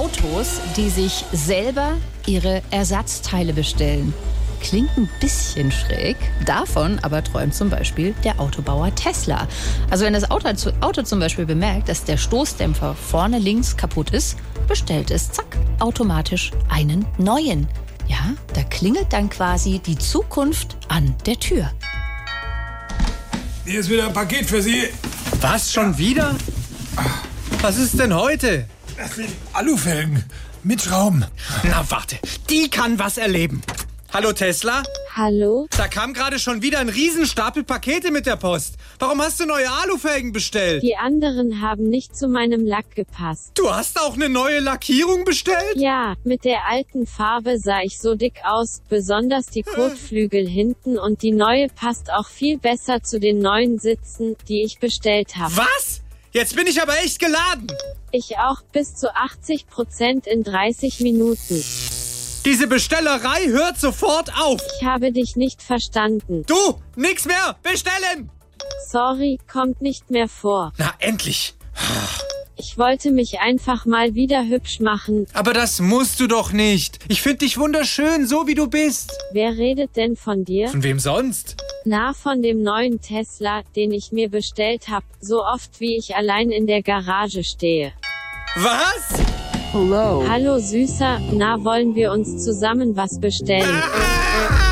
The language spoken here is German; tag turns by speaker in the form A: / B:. A: Autos, die sich selber ihre Ersatzteile bestellen. Klingt ein bisschen schräg. Davon aber träumt zum Beispiel der Autobauer Tesla. Also wenn das Auto, Auto zum Beispiel bemerkt, dass der Stoßdämpfer vorne links kaputt ist, bestellt es, zack, automatisch einen neuen. Ja, da klingelt dann quasi die Zukunft an der Tür.
B: Hier ist wieder ein Paket für Sie.
C: Was, schon wieder? Was ist denn heute?
B: Das sind Alufelgen mit Schrauben.
C: Na warte, die kann was erleben. Hallo Tesla,
D: Hallo?
C: da kam gerade schon wieder ein Riesenstapel Pakete mit der Post. Warum hast du neue Alufelgen bestellt?
D: Die anderen haben nicht zu meinem Lack gepasst.
C: Du hast auch eine neue Lackierung bestellt?
D: Ja, mit der alten Farbe sah ich so dick aus, besonders die Kotflügel hinten und die neue passt auch viel besser zu den neuen Sitzen, die ich bestellt habe.
C: Was? Jetzt bin ich aber echt geladen.
D: Ich auch bis zu 80 Prozent in 30 Minuten.
C: Diese Bestellerei hört sofort auf.
D: Ich habe dich nicht verstanden.
C: Du, nix mehr, bestellen.
D: Sorry, kommt nicht mehr vor.
C: Na endlich.
D: Ich wollte mich einfach mal wieder hübsch machen.
C: Aber das musst du doch nicht. Ich finde dich wunderschön, so wie du bist.
D: Wer redet denn von dir?
C: Von wem sonst?
D: Na, von dem neuen Tesla, den ich mir bestellt hab, so oft wie ich allein in der Garage stehe.
C: Was?
D: Hallo Süßer, na wollen wir uns zusammen was bestellen?
C: Ah!